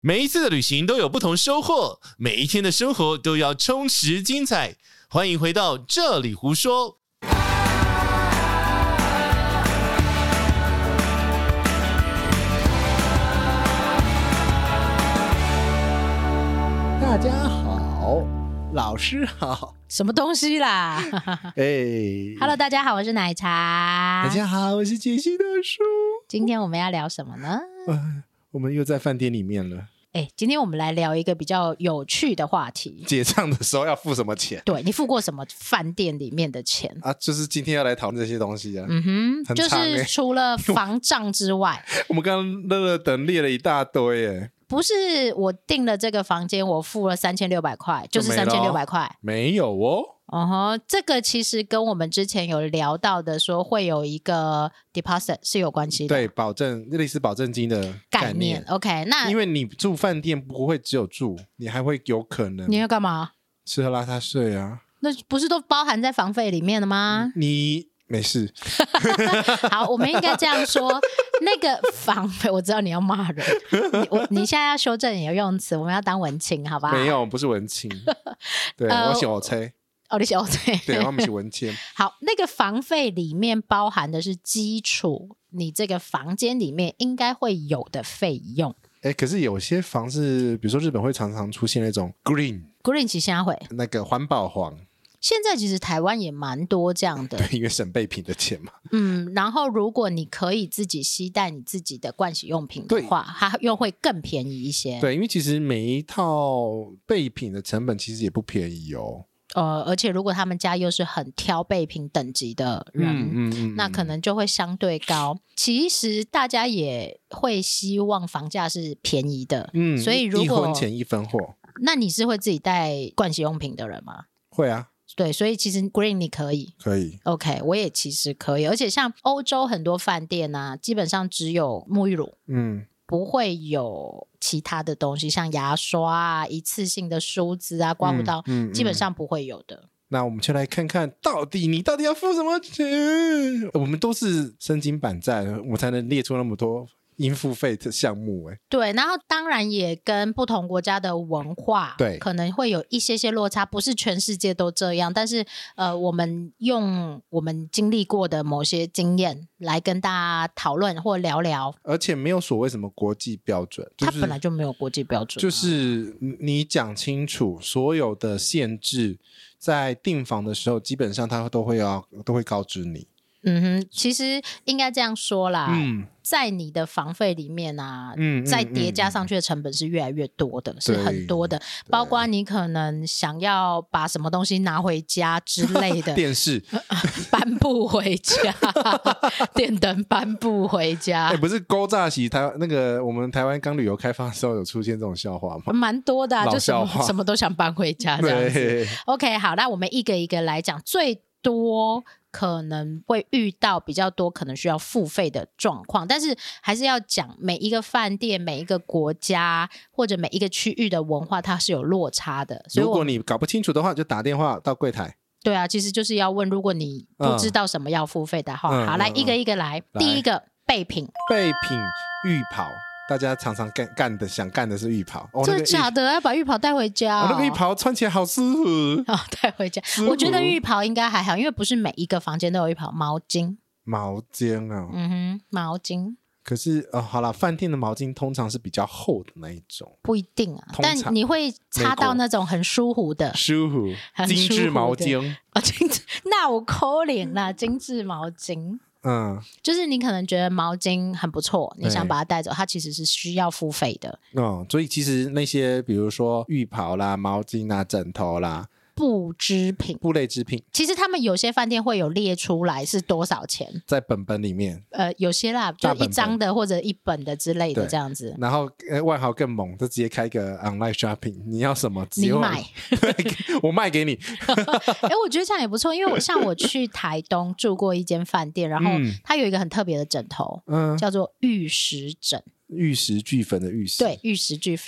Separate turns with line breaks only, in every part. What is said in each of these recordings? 每一次的旅行都有不同收获，每一天的生活都要充实精彩。欢迎回到这里胡说。
大家好，老师好，
什么东西啦
哎
？Hello，大家好，我是奶茶。
大家好，我是杰西大叔。
今天我们要聊什么呢？
呃，我们又在饭店里面了，
哎，今天我们来聊一个比较有趣的话题。
结账的时候要付什么钱
对你付过什么饭店里面的钱？
啊？就是今天要来讨论这些东西啊。
嗯哼，
很
就
长欸
是除了房账之外，
我们刚刚乐乐等列了一大堆，哎，
不是我订了这个房间，我付了三千六百块，就是
就没
三
了
千
哦
六百块。
没有哦，
哦吼，这个其实跟我们之前有聊到的说会有一个 deposit 是有关系的
对，保证类似保证金的
概
概
念。OK，那
因为你住饭店不会只有住，你还会有可能
你要干嘛？
吃喝拉撒睡啊。
那不是都包含在房费里面了吗？
你没事，
好，我们应该这样说：那个房 费，我知道你要骂人，你我你现在要修正你的用词，我们要当文青，好吧？
没有，不是文青。 对，
呃
我小崔，
哦，你修正。
对，我们是文 青。
好，那个房费里面包含的是基础，你这个房间里面应该会有的费用。
哎，可是有些房是，比如说日本会常常出现那种 green
Green 旗下会，
那个环保黄，
现在其实台湾也蛮多这样的，
对，因为沈备品的钱嘛，
嗯，然后如果你可以自己携带你自己的盥洗用品的
对
话，它又会更便宜一些，
对，因为其实每一套备品的成本其实也不便宜哦，
呃，而且如果他们家又是很挑备品等级的人，
嗯嗯
那可能就会相对高。其实大家也会希望房价是便宜的，
嗯，
所以如
一
果
分钱一分货，
那你是会自己带盥洗用品的人吗？
会啊，
对，所以其实 Green 你可以
可以，
，OK，我也其实可以，而且像欧洲很多饭店啊，基本上只有沐浴乳，
嗯，
不会有其他的东西，像牙刷啊、一次性的梳子啊、刮胡刀，
嗯嗯
基本
嗯
上不会有的。
那我们就来看看到底你到底要付什么钱，我们都是身经百战，我才能列出那么多应付费的项目，哎，
对，然后当然也跟不同国家的文化，
对
可能会有一些些落差，不是全世界都这样，但是呃，我们用我们经历过的某些经验来跟大家讨论或聊聊，
而且没有所谓什么国际标准，就
它
是
本来就没有国际标准啊，
就是你你讲清楚所有的限制，在订房的时候，基本上他都会要都会告知你。
嗯哼，其实应该这样说啦，
嗯
在你的房费里面啊，
嗯
再叠加上去的成本是越来越多的，是很多的，包括你可能想要把什么东西拿回家之类的，
电视，
搬不回家， 电灯搬不回
哎、
家，
不是勾诈席台那个我们台湾刚旅游开放的时候有出现这种笑话吗？
蛮多的、啊，
老
就什
笑话
么什么都想搬回嗯家这样子。
对，
OK，好，那我们一个一个来讲，最多可能会遇到比较多可能需要付费的状况，但是还是要讲每一个饭店、每一个国家或者每一个区域的文化，它是有落差的。所以
如
我
果你搞不清楚的话，就打电话到柜台。
对啊，其实就是要问，如果你不知道什么要付费的话，
嗯哦
好，来
嗯
一个一个来，
来
第一个备品。
备品浴袍，大家常常干干的想干的是浴袍，哦，那
真
个
的
浴
假的？要把浴袍带回家、
哦
哦？
那个浴袍穿起来好舒服。
哦，带回家
舒。服
我觉得浴袍应该还好，因为不是每一个房间都有浴袍。毛巾，
毛巾啊，
嗯哼，毛巾
可是哦，好了，饭店的毛巾通常是比较厚的那一种。
不一定啊，
通常
但你会擦到那种很舒服的
舒服，
很
精
舒
致
服
毛
的
巾，
啊，精致。那我抠 脸啦，精致毛巾。
嗯，
就是你可能觉得毛巾很不错，
对
你想把它带走，它其实是需要付费的
哦，所以其实那些比如说浴袍啦、毛巾啦、枕头啦、
布织品。
布类制品，
其实他们有些饭店会有列出来是多少钱，
在本本里面，
呃，有些啦，
大
就
本本
一张的或者一本的之类的
对
这样子。
然后呃万豪更猛，就直接开个 online shopping，你要什么直
你
接
买，
对我卖给你，
哎、我觉得这样也不错，因为我像我去台东住过一间饭店，然后
嗯
它有一个很特别的枕头，
嗯，
叫做玉石枕，
玉石俱焚的玉石，
对，，玉石俱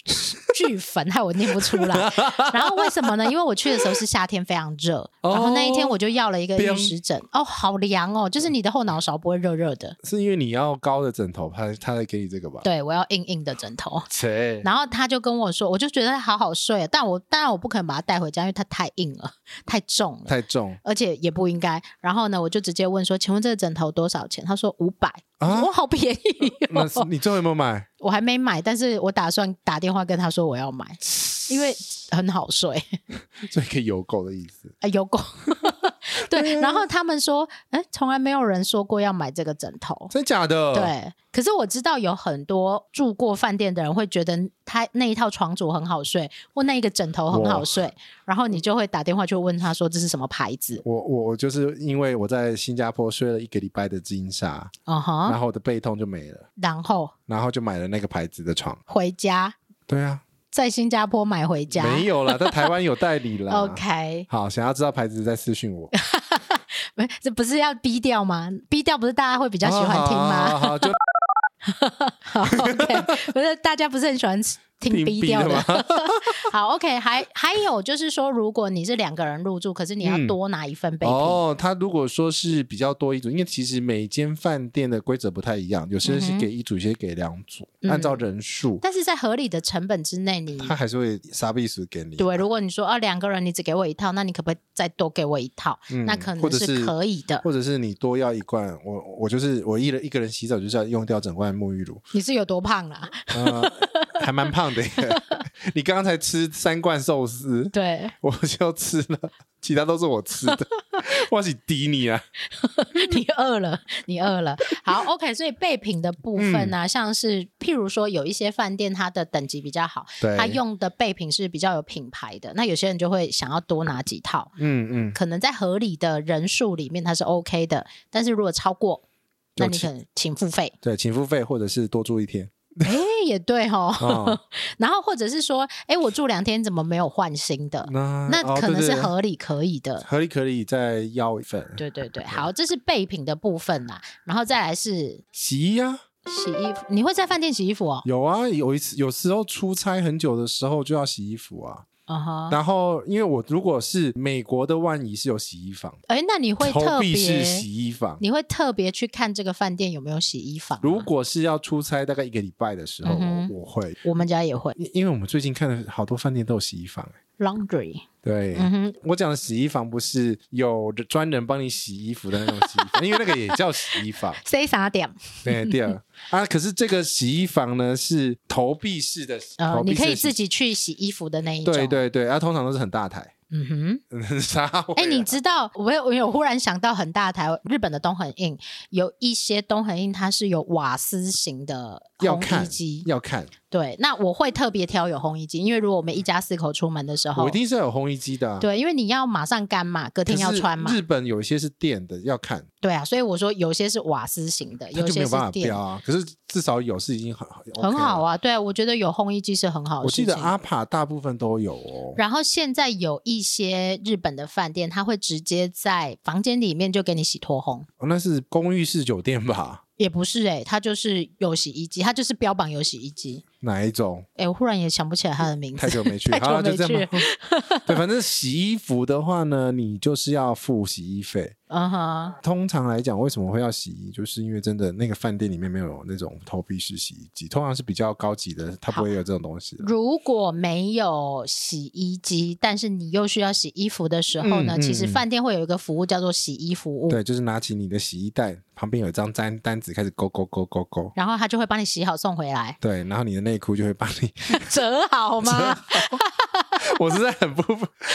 俱焚，害我念不出来。然后为什么呢？因为我去的时候是夏天，非常热，然后那一天我就要了一个
凉
玉石枕，哦，好凉哦，就是你的后脑勺不会热热的。
是因为你要高的枕头，他他才给你这个吧？，
对我要硬硬的枕头。
切，
然后他就跟我说，我就觉得好好睡，啊但我当然我不可能把它带回家，因为它太硬了，太重了。
太重
而且也不应该。然后呢，我就直接问说：“请问这个枕头多少钱？”他说：“五百。”
啊
我好便宜
那是
哦！
你最后有没有买？
我还没买，但是我打算打电话跟他说我要买，因为很好睡，
做一个有狗的意思，
哎有狗。
啊
对，然后他们说：“哎，从来没有人说过要买这个枕头。”
真假的？，
对，可是我知道有很多住过饭店的人会觉得他那一套床组很好睡，或那一个枕头很好
哇
睡，然后你就会打电话去问他说这是什么牌子？
我我我就是因为我在新加坡睡了一个礼拜的金沙，
嗯哼，
然后我的背痛就没了，
然后
然后就买了那个牌子的床。
回家
对啊，
在新加坡买回家。
没有啦，在台湾有代理啦。
OK，
好，想要知道牌子再私 信我，
不是，这不是要低调吗？低调不是大家会比
比
较喜欢听吗、
好好好就
o k 不是大家不是很喜欢 听
听
低
B
调
的
的
吗。
好，OK，还还有就是说，如果你是两个人入住，可是你要
嗯
多拿一份备品，
哦，他如果说是比较多一组，因为其实每间饭店的规则不太一样，有些
嗯
是
哼
给一组，有些给两组，
嗯
按照人数，
但是在合理的成本之内， 你
他还是会杀必死给你。
对，如果你说啊两个人你只给我一套，那你可不可以再多给我一套？
嗯
那可
或
能
者是
可以的。
或者是你多要一罐，我我就是我一人一个人洗澡就是要用掉整罐沐浴乳，
你是有多胖啦？
呃，还蛮胖的耶。 你刚刚才吃三罐寿司，
对，
我就吃了，其他都是我吃的， 我是抵你 啊。
你饿了，你饿了。好，OK，所以备品的部分
嗯
呢、像是譬如说有一些饭店它的等级比较好，
对，
它用的备品是比较有品牌的，那有些人就会想要多拿几套，
嗯嗯，
可能在合理的人数里面它是 OK 的，但是如果超过，那
就
你
请
可能请 付费。
对，请付费或者是多住一天
哎、也对哦。
哦
然后或者是说，哎，我住两天怎么没有换新的？
那
那
哦
可能
对
是
对
合理可以的。
合理可以再要一份
对对对，好，这是备品的部分啦，然后再来是
洗衣啊，
洗衣服，你会在饭店洗衣服哦？
有啊，有一次有时候出差很久的时候就要洗衣服啊。
嗯哼，
然后因为我如果是美国的万怡是有洗衣房，
哎，那你会特
投币式
别，
洗衣房。
你会特别去看这个饭店有没有洗衣房吗？
如果是要出差大概一个礼拜的时候，
嗯哼
我我会，
我们家也会
因因为我们最近看了好多饭店都有洗衣房、欸
laundry，
对，
嗯哼，
我讲的洗衣房不是有专人帮你洗衣服的那种洗衣 房，因为那个也叫洗衣房。
谁傻点？
对，第二啊，可是这个洗衣房呢是投币式的，
呃
投，币
你
式
可以
的洗
自。己去洗衣服的那一种。
对，对对，啊，通常都是很大台，
嗯哼。
嗯啥会啊？
哎、你知道，我有我有忽然想到很大台，日本的东很硬，有一些东很硬，它是有瓦斯型的
要
烘衣
看
机。
要看，
对，那我会特别挑有烘衣机，因为如果我们一家四口出门的时候
我一，定是要有烘衣机的、啊。，
对，因为你要马上干嘛，隔天要穿嘛，
日本有一些是电的，要看，
对啊，所以我说有些是瓦斯型的，
它就没
些
有
是
办法
电
标，啊。可是至少有是已经很好，
很好
啊。
啊。对啊，我觉得有烘衣机是很好的
我
事
记
情。
得阿帕大部分都有哦。
然后现在有一些日本的饭店，它会直接在房间里面就给你洗脱烘。
哦那是公寓式酒店吧？
也不是诶、它就是有洗衣机，它就是标榜有洗衣机。
哪一种？
诶，我忽然也想不起来它的名
太
字。
久没去，
太久
好了，就
没
这
去
样吧。 对，反正洗衣服的话呢，你就是要付洗衣费。
嗯哼，
通常来讲，为什么会要洗衣，就是因为真的那个饭店里面没有那种投币式洗衣机，通常是比较高级的，它不会有这种东西。
如果没有洗衣机，但是你又需要洗衣服的时候呢，
嗯嗯
其实
嗯
饭店会有一个服务叫做洗衣服务。
对，就是拿起你的洗衣袋，旁边有一张单单子，开始勾勾勾勾勾。，
然后他就会帮你洗好送回来
对，然后你的内裤就会帮 你。
折好吗？
我实在很不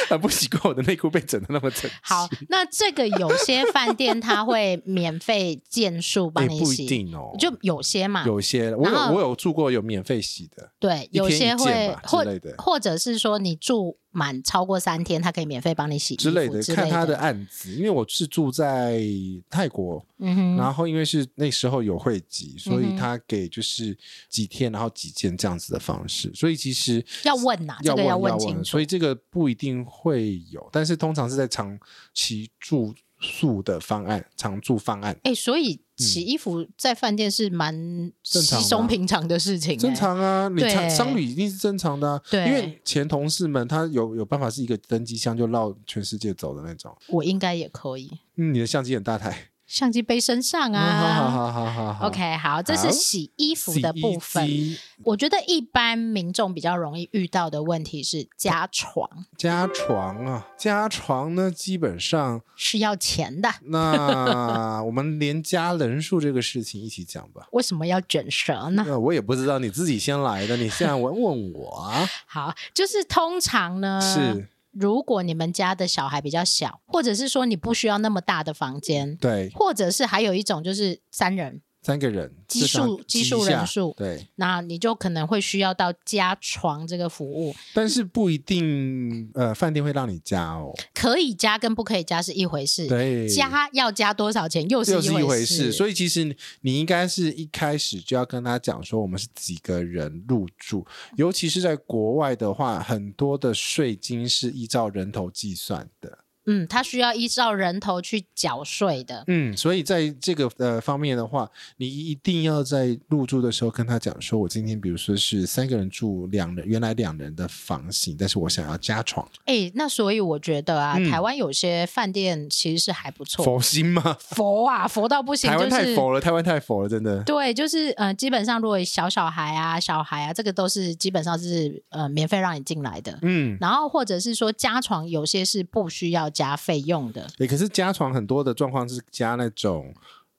很不习惯我的内裤被整的那么整齐。
好，那这个有些饭店他会免费件数帮
也
你
不一
洗，
定哦，
就有些嘛，
有些我有
然后
我有住过有免费洗的，
对，
一
有
天
些
一件
会
吧
或
之类的
或者是说你住满超过三天，他可以免费帮你洗衣服
之类的，
之
看
类
他
的
的案子，因为我是住在泰国，
嗯哼，
然后因为是那时候有会籍，所
嗯哼
以他给就是几天，然后几件这样子的方式，所以其实
要问呐、啊这
要
个
问
要
问
清楚。
所以这个不一定会有，但是通常是在长期住宿的方案、常住方案，
哎、所以洗衣服在饭店是蛮
嗯正常
稀
的啊
松平常的事情、哎
正。常啊，你
对
常商旅一定是正常的、啊，
对
因为前同事们他有有办法是一个登机箱就绕全世界走的那种。
我应该也可以，
嗯，你的相机很大台，
相机背身上
嗯 好
啊。
好好好好
OK，好，这
好
是洗衣服的部分。
洗衣机
我觉得一般民众比较容易遇到的问题是加床
加床啊，加床呢，基本上
是要钱的，
那我们连加人数这个事情一起讲吧。
为什么要卷舌呢？
那我也不知道你自己先来的，你现在问问我 啊？
好，就是通常呢，
是
如果你们家的小孩比较小，或者是说你不需要那么大的房间，
对，
或者是还有一种就是三人，
三个人
基
至少
数
挤
基数
一下
人数
对，
那你就可能会需要到加床这个服务，
但是不一定呃，饭店会让你加哦。
可以加跟不可以加是一回事，
对，
嗯加要加多少钱又
又
是
是
回
一回事。所
以
以其实你你应该是一开始就要跟他讲说，我们是几个人入住，
嗯
尤其是在国外的话，很多的税金是依照人头计算的。
嗯，他需要依照人头去缴税的。
嗯，所以在这个呃方面的话，你一定要在入住的时候跟他讲说，我今天比如说是三个人住两人，原来两人的房型，但是我想要加床，
哎，那所以我觉得啊，
嗯
台湾有些饭店其实是还不错，
佛心吗？
佛啊，佛到不行，
台湾
就
太
是
佛了，台湾太佛了，真的。
对，就是呃，基本上如果小小孩啊、小孩啊，这个都是基本上是呃免费让你进来的。
嗯，
然后或者是说加床，有些是不需要加费用的，
也可是加床很多的状况是加那种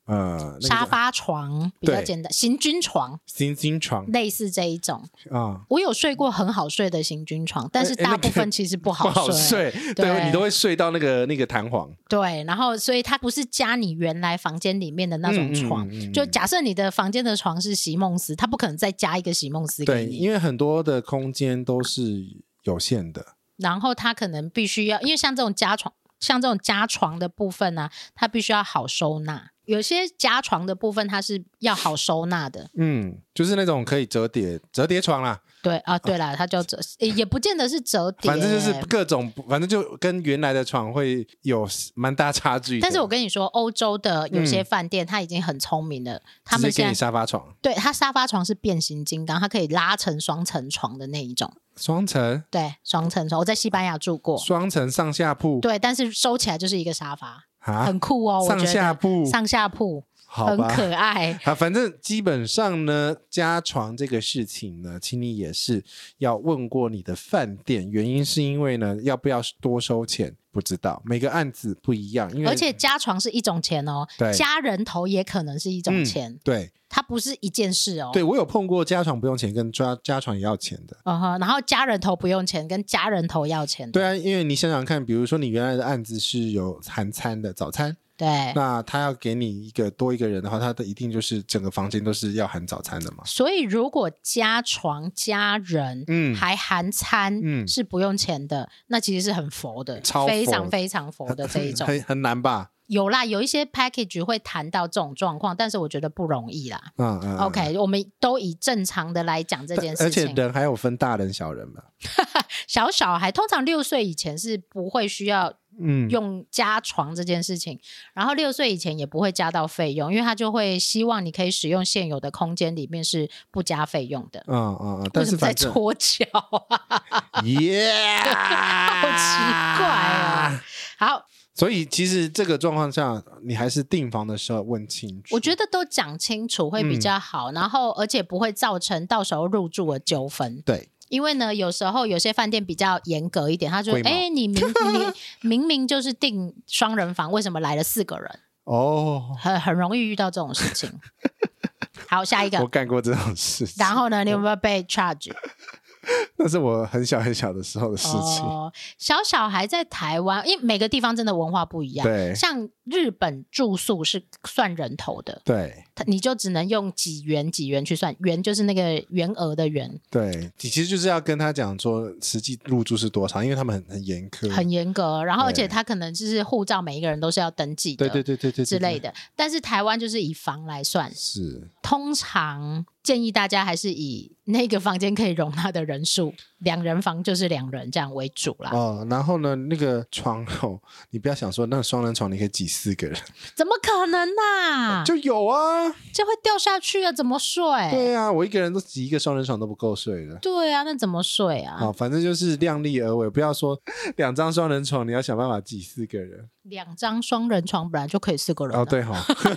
呃那个
沙
叫
发床比较
对
简单，行军床
行军床
类似这一种。
啊，
我有睡过很好睡的行军床，但是
哎哎那
大
个
部分其实不
不
好
好
睡。
睡，对
对
你都会睡到那个那个弹簧
对，然后所以它不是加你原来房间里面的那种床。
嗯嗯嗯嗯
就假设你的房间的床是席梦思，它不可能再加一个席梦思给
对，
你。
因为很多的空间都是有限的，
然后他可能必须要，因为像这种加床，像这种加床的部分呢、它必须要好收纳。有些加床的部分，它是要好收纳的。
嗯，就是那种可以折叠折叠床啦，
对啊，对啦，它叫折，诶也不见得是折叠，
反正就是各种，反正就跟原来的床会有蛮大差距的。
但是我跟你说，欧洲的有些饭店，它已经很聪明了，他们
嗯直接给
现
你
在
沙发床
对它沙发床是变形金刚，它可以拉成双层床的那一种。
双层
对，双层床，我在西班牙住过。
双层上下铺
对，但是收起来就是一个沙发，
啊
很，酷哦，我觉
上
得
下铺
上下铺
好
很
吧。
可爱。
啊，反正基本上呢，加床这个事情呢，请你也是要问过你的饭店，原因是因为呢，要不要多收钱不知道，每个案子不一样，因为
而且加床是一种钱哦
对，
加人头也可能是一种钱，
对
它不是一件事哦。
对，我有碰过加床不用钱跟抓加床也要钱的。
嗯哼，然后加人头不用钱，跟加人头要钱的。
对啊，因为你想想看，比如说你原来的案子是有含餐的早餐，
对，
那他要给你一个多一个人的话，他的一定就是整个房间都是要含早餐的嘛。
所以如果加床加人，
嗯
还含餐，
嗯
是不用钱的，那其实是很佛的，
超佛
非常非常佛的这一种。
很很难吧？
有啦，有一些 package 会谈到这种状况，但是我觉得不容易啦。
嗯嗯嗯
OK，我们都以正常的来讲这件
而
事
且
情。
人还有分大人小人吧？
小小孩通常六岁以前是不会需要
嗯，
用加床这件事情，然后六岁以前也不会加到费用，因为他就会希望你可以使用现有的空间里面是不加费用的。
嗯嗯嗯，但
为
是
什么在
反正
搓脚啊，
耶，
好奇 怪啊！！好，
所以其实这个状况下，你还是订房的时候问清楚。
我觉得都讲清楚会
嗯
比较好，然后而且不会造成到时候入住的纠纷。
对，
因为呢，有时候有些饭店比较严格一点，他就
龟毛
哎、你明你明明就是订双人房，为什么来了四个人？
哦，
很很容易遇到这种事情。 好，下一个
我，干过这种事情，
然后呢，你有没有被 charge？
那是我很小很小的时候的事 情。
哦，小小孩在台湾，因为每个地方真的文化不一样。
对
像日本住宿是算人头的，
对
它你就只能用几元几元去算，元就是那个员额的元，
对，你其实就是要跟他讲说实际入住是多少，因为他们很很严苛，
很严格。然后而且
对
他可能就是护照，每一个人都是要登记的，
对对对对对对
之类
的
的。但是台湾就是以房来算，
是。
通常建议大家还是以那个房间可以容纳的人数 住，两人房就是两人这样为主啦。
哦，然后呢，那个床哦，你不要想说那双人床你可以挤四个人，
怎么可能呐、啊？
就有啊，
这会掉下去啊，怎么睡？
对啊，我一个人都挤一个双人床都不够睡的。
对啊，那怎么睡啊？
好，反正就是量力而为，不要说两张双人床，你要想办法挤四个人。
两张双人床本来就可以四个人、啊，
哦，对哈、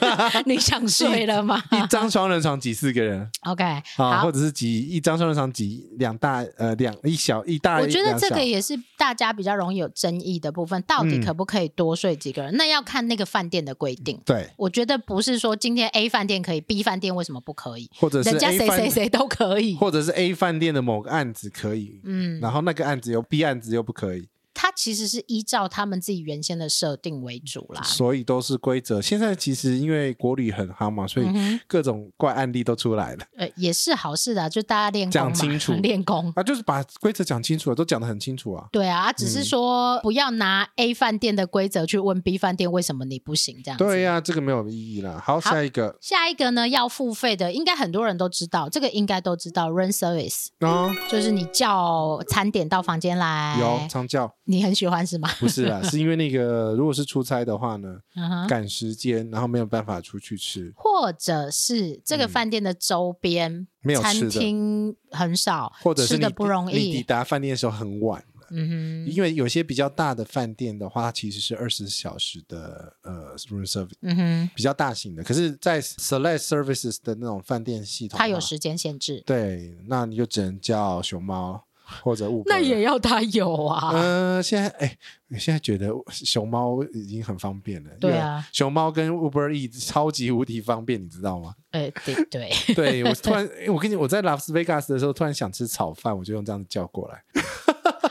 你想睡了 吗
一张双人床挤四个人
？OK，
啊，
好
或者是挤一张双人床挤两大呃两一小一大，
我觉得
两
这
小
个也是大家比较容易有争议的部分，到底
嗯
可不可以多睡几个人？那要看那个饭店的规定。
对，
我觉得不是说今天 A 饭店可以，B 饭店为什么不可以？
或者是
人家
A
谁
饭
谁谁都可以。
或者是 A 饭店的某个案子可以，
嗯，
然后那个案子又 B 案子又不可以，
它其实是依照他们自己原先的设定为主啦。
所以都是规则。现在其实因为国旅很夯嘛，所以
嗯哼，
各种怪案例都出来了
呃，也是好事的啊，就大家练功
讲
嘛，
清楚
练功。
啊，就是把规则讲清楚了，都讲得很清楚啊。
对啊，只是说不要拿 A 饭店的规则去问 B 饭店为什么你不行这样子。
对呀、这个没有意义啦。好，下一个
下一个呢，要付费的，应该很多人都知道，这个应该都知道，room service
哦，
就是你叫餐点到房间来，
有长教
你很喜欢是吗？
不是 啦，是因为那个如果是出差的话呢，
嗯哼
赶时间，然后没有办法出去吃，
或者是这个饭店的周边、
嗯没有吃
餐
的，
厅很少，
或者是
吃
你
的不容
你抵
易。
达饭店的时候很晚。
嗯哼，
因为有些比较大的饭店的话，它其实是二十小时的呃 room service，
嗯哼，
比较大型的。可是，在 select services 的那种饭店系统的话，
它有时间限制，
对，那你就只能叫熊猫或者 Uber。
要它有啊。
呃，现在哎，我现在觉得熊猫已经很方便了。
对啊，
熊猫跟 Uber E 超级无敌方便，你知道吗？
哎，对对，
对我突然，哎我跟你我在 Las Vegas 的时候，突然想吃炒饭，我就用这样子叫过来。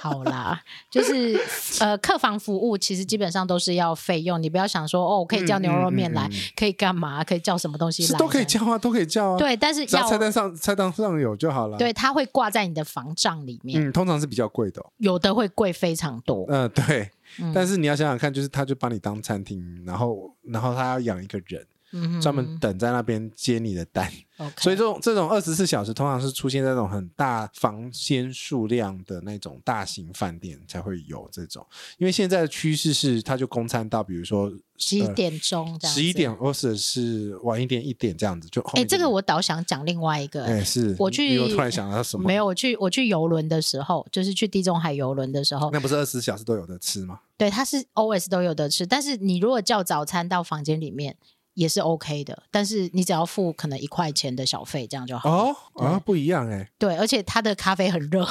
好啦，就是呃，客房服务其实基本上都是要费用，你不要想说哦，我可以叫牛肉面来，
嗯嗯嗯
可以干嘛，可以叫什么东西
是
来，
都可以。叫啊，都可以叫啊。，
对，但是
只要
要
菜单上菜单上有就好了。
对，它会挂在你的房账里面，
嗯，通常是比较贵的哦、
有的会贵非常多。
嗯、对。
嗯
但是你要想想看，就是他就把你当餐厅，然后然后他要养一个人，
嗯哼
专门等在那边接你的单。
OK，
所以这种这种二十四小时，通常是出现在那种很大房间数量的那种大型饭店才会有这种。因为现在的趋势是，它就供餐到比如说呃
十一点钟这样子，
十一点，或者是晚一点一点这样子。就后
哎、
面
这
就
个我倒想讲另外一个、
哎、是
我
你
去
你有突然想到什么？
没，有，我去我去游轮的时候，就是去地中海游轮的时候，
那不是二十四小时都有的吃吗？
对，它是 always 都有得吃，但是你如果叫早餐到房间里面也是 OK 的，但是你只要付可能一块钱的小费，这样就好。
哦啊，不一样哎、
对，而且它的咖啡很热，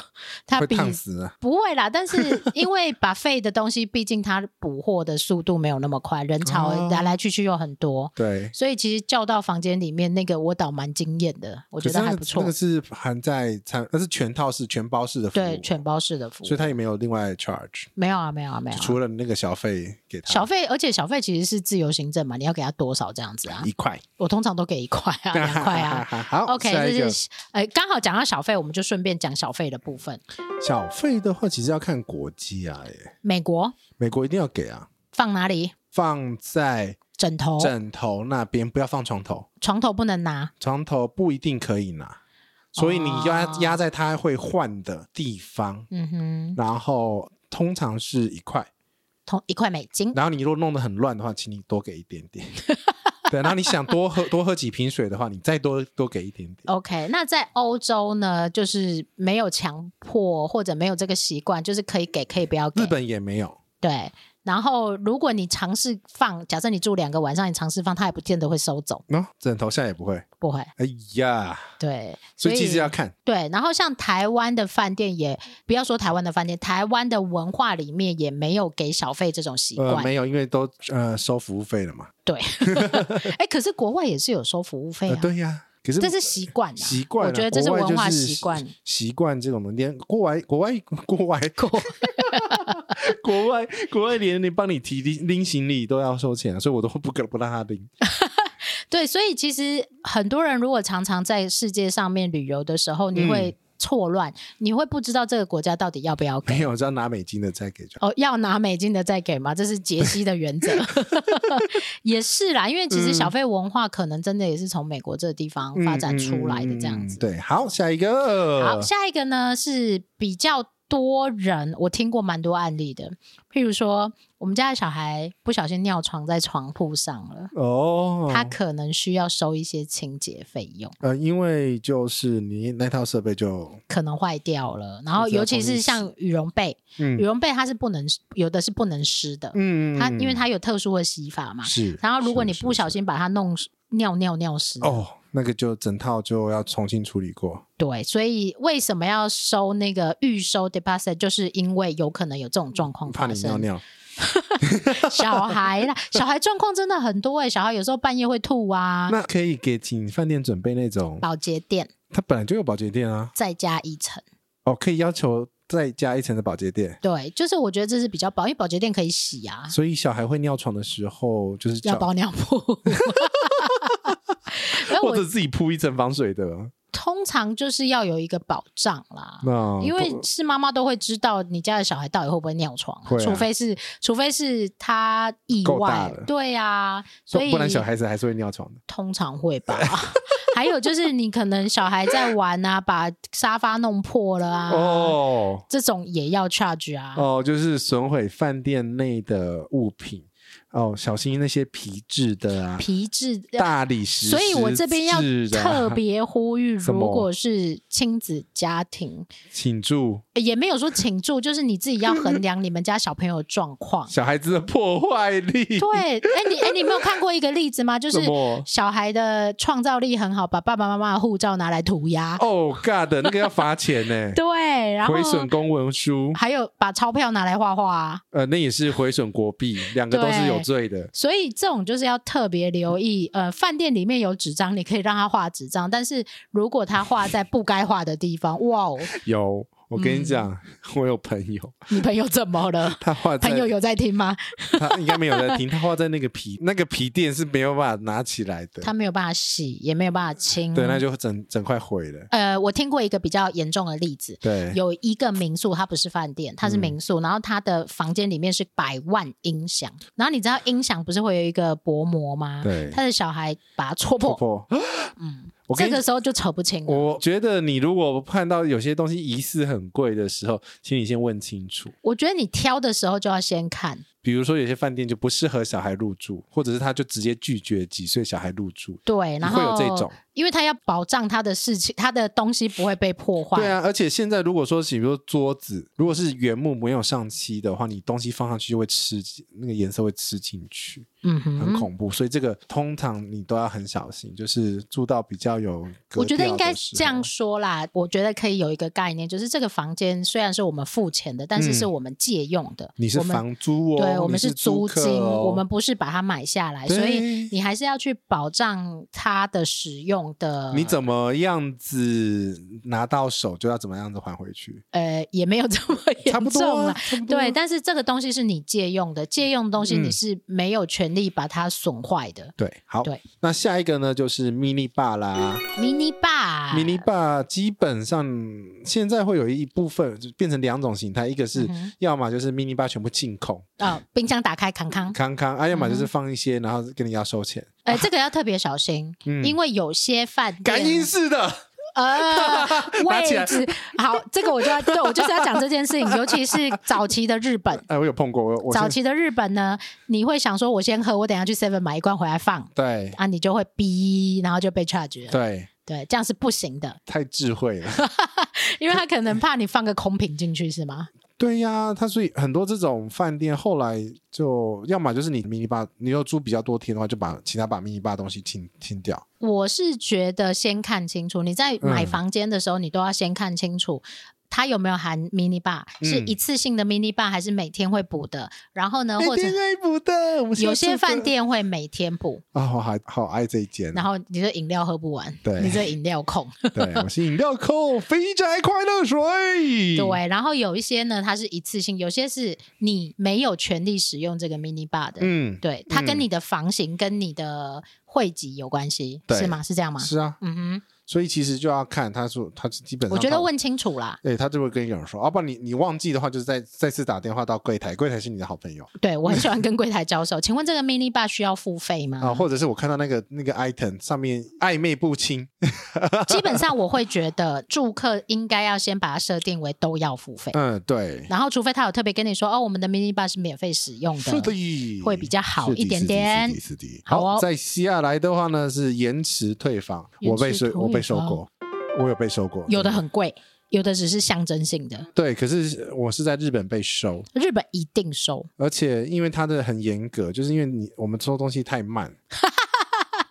它
会
比
烫死啊！
不会啦，但是因为把费的东西，毕竟它补货的速度没有那么快，人潮
哦
来来去去又很多。
对，
所以其实叫到房间里面那个，我倒蛮惊艳的，我觉
可是
得
那
还
个
不错。
那个是含在餐，那是全套式、全包式的服务，
对，全，包式的服务
所以，它也没有另外 charge，
没有啊，没有啊，没有
就
啊、
除了那个小费给他
小费，而且小费其实是自由行政嘛，你要给他多少这样子啊？
一块，
我通常都给一块 啊，两块啊。
好
OK，
下一
这
个
是呃，刚好讲到小费，我们就顺便讲小费的部分。
小费的话，其实要看国家耶，
美国
美国一定要给啊，
放哪里？
放在
枕头、
枕头那边，不要放床头，
床头不能拿，
床头不一定可以拿，所以你压
哦
压在它会换的地方，
嗯哼，
然后通常是一块，
同一块美金。
然后你如果弄得很乱的话，请你多给一点 点。对，然后你想多喝 多喝几瓶水的话，你再多多给一点点。
OK，那在欧洲呢，就是没有强迫或者没有这个习惯，就是可以给，可以不要给。
日本也没有，
对，然后如果你尝试放，假设你住两个晚上，你尝试放，他也不见得会收走，
喏、枕头下也不会。
不会。
哎呀，
对，
所
以
以其实要看，
对，然后像台湾的饭店也，不要说台湾的饭店，台湾的文化里面也没有给小费这种习
呃，
惯。
没有，因为都呃收服务费了嘛。
对， 哎，可是国外也是有收服务费
呃
啊，
对呀、可是
这是习惯、啊，
习惯啊，
我觉得这
国外
文化
就是
习惯。
习惯这种的，连国外国外国外
国
国外国外连你帮你提拎拎行李都要收钱、啊，所以我都不不让他拎。
对，所以其实很多人如果常常在世界上面旅游的时候，你
嗯
会错乱，你会不知道这个国家到底要不要
没
给。
有，只要拿美金的再给就好。
哦，要拿美金的再给吗？这是杰西的 原则， 也是啦。因为其实
嗯
小费文化可能真的也是从美国这个地方发展出来的这
嗯
样
嗯嗯嗯
子。
对，好，下一个。
好，下一个呢是比较多人，我听过蛮多案例的，譬如说我们家的小孩不小心尿床在床铺上了，
哦，
他可能需要收一些清洁费用，
呃，因为就是你那套设备就
可能坏掉了，然后
我知道
尤
同
其
意
是像羽绒被，
嗯
羽绒被它是不能有的是不能湿的，
嗯
它因为它有特殊的洗法嘛，
是，
然后如果你
是
不
是
小心把它弄尿尿尿湿，
哦，那个就整套就要重新处理过。
对，所以为什么要收那个预收 deposit，就是因为有可能有这种状况
怕
发
你
生
尿。尿，
小孩啦，小孩状况真的很多哎、小孩有时候半夜会吐啊。
那可以给请饭店准备那种，
保洁店
它本来就有保洁垫啊，
再加一层，
哦，可以要求再加一层的保洁垫。
对，就是我觉得这是比较保，因为保洁店可以洗啊，
所以小孩会尿床的时候，就是
要
叫
包尿布。 而
或
我
者自己铺一层防水的。
通常就是要有一个保障啦。
那
因为
不
是妈妈都会知道你家的小孩到底会不会尿床、
会啊
除非是除非是他意
够大
外
了，
对啊，所
不
以
不然小孩子还是会尿床的。
通常会吧。 还有就是你可能小孩在玩啊，把沙发弄破了啊，
哦
这种也要 charge 啊。
哦，就是损毁饭店内的物品。哦，小心那些皮质的啊，
皮质，
大理石啊质
所
的啊，
以我这边要特别呼吁，
什么
如果是亲子家庭，
请注
也没有说请注，就是你自己要衡量你们家小朋友的状况。
小孩子的破坏力。
对，哎、你哎、你没有看过一个例子吗？就是
什么
小孩的创造力很好，把爸爸妈妈的护照拿来涂鸦，，
哦、God，那个要罚钱呢
对，然后
毁损公文书，
还有把钞票拿来画画、啊，
呃，那也是毁损国币，两个都是有罪的。
所以这种就是要特别留意。呃，饭店里面有纸张，你可以让他画纸张，但是如果他画在不该画的地方，哇 哦，
有，我
嗯
跟你讲，我有朋友，
你朋友怎么了？
他画在
朋友有在听吗？
他应该没有在听，他画在那个皮那个皮垫是没有办法拿起来的，
他嗯没有办法洗，也没有办法清。
对，那就整整块毁了。
呃，我听过一个比较严重的例子，
对，嗯
有一个民宿，它不是饭店，它是民宿，然后它的房间里面是百万音响，然后你知道音响不是会有一个薄膜吗？
对
他的小孩把它戳破，
破破。
嗯，
我跟
这
你
个时候就扯不清了。我
我觉得你如果看到有些东西疑似很贵的时候，请你先问清楚。
觉得你挑的时候就要先看，
比如说有些饭店就不适合小孩入住，或者是他就直接拒绝几岁小孩入住，
对，然
会
后
有这种。
因为他要保障他的事情，他的东西不会被破坏。
对啊，而且现在如果说，比如说桌子，如果是原木没有上漆的话，你东西放上去就会吃进那个颜色会吃进去，
嗯
很
哼。
恐怖。所以这个通常你都要很小心，就是住到比较有格
我觉得
调
应
的
该
时
这样
候
说啦，我觉得可以有一个概念，就是这个房间虽然是我们付钱的，但
嗯
是是我们借用的，
你是
我们
房租哦，
对，我
你
们
是
租
客
金，
哦
我们不是把它买下来，所
对
以你还是要去保障它的使用的。
你
么
怎么样子拿到手就要怎么样子还回去，
呃也没有这么
差
严
不多
重
啊、
了。
差不多啊
对，但是这个东西是你借用的，借用的东西
嗯
你是没有权利把它损坏的。
对，好，
对
那下一个呢就是 mini bar 啦。
迷你吧，
mini bar 基本上现在会有一部分就变成两种形态，一个是
嗯哼
要么就是 mini bar 全部进口
哦，冰箱打开 康康，
康康，啊，要么就
嗯
是
哼
放一些，然后跟你要收钱，
呃，这个要特别小心，
嗯
因为有些饭店
感应式的，
呃
拿起
位
来
置好，这个我就要对我就是要讲这件事情，尤其是早期的日本，
哎，我有碰过，我我
早
先
期的日本呢，你会想说，我先喝，我等一下去 Seven 买一罐回来放
对
啊，你就会逼，然后就被 charge 了。
对，
对，这样是不行的，
太智慧了，
因为他可能怕你放个空瓶进去，是吗？
对呀，他所以很多这种饭店后来就要么就是你 mini bar，你又住比较多天的话，就把其他把 mini bar 的东西清清掉，
我是觉得先看清楚，你在
嗯
买房间的时候，你都要先看清楚。它有没有含 mini bar？、是
嗯
一次性的 mini bar 还是每天会补的？然后呢，
每
或者
天哎爱补的，我们是要
有些
住
饭
的
店会每天补，
啊，我还好爱这一间，
然后你的饮料喝不完，
对
你这饮料控。
对，我是饮料控，肥宅快乐水。
对，然后有一些呢，它是一次性，有些是你没有权利使用这个 mini bar 的。
嗯，
对，它
嗯
跟你的房型、跟你的会籍有关系，
对
是吗？是这样吗？
是啊，
嗯哼，
所以其实就要看他说他基本上
我觉得
他
问清楚啦。
对，他就会跟你讲说，哦要不然你你忘记的话，就是再再次打电话到柜台，柜台是你的好朋友
对我很喜欢跟柜台交手。请问这个 mini bar 需要付费吗？
啊，或者是我看到那个那个 item 上面暧昧不清，
基本上我会觉得住客应该要先把它设定为都要付费，
嗯，对，
然后除非他有特别跟你说哦，我们的 mini bar 是免费使用的，
是的，
会比较好一点点
是的是的是的是的
好哦
好，在希亚来的话呢是延迟退房，
延
我
迟
被收，
退
我被收
房
过，我有被收过，嗯
有的很贵，有的只是象征性的。
对，可是我是在日本被收，
日本一定收，
而且因为它的很严格，就是因为你我们收东西太 慢，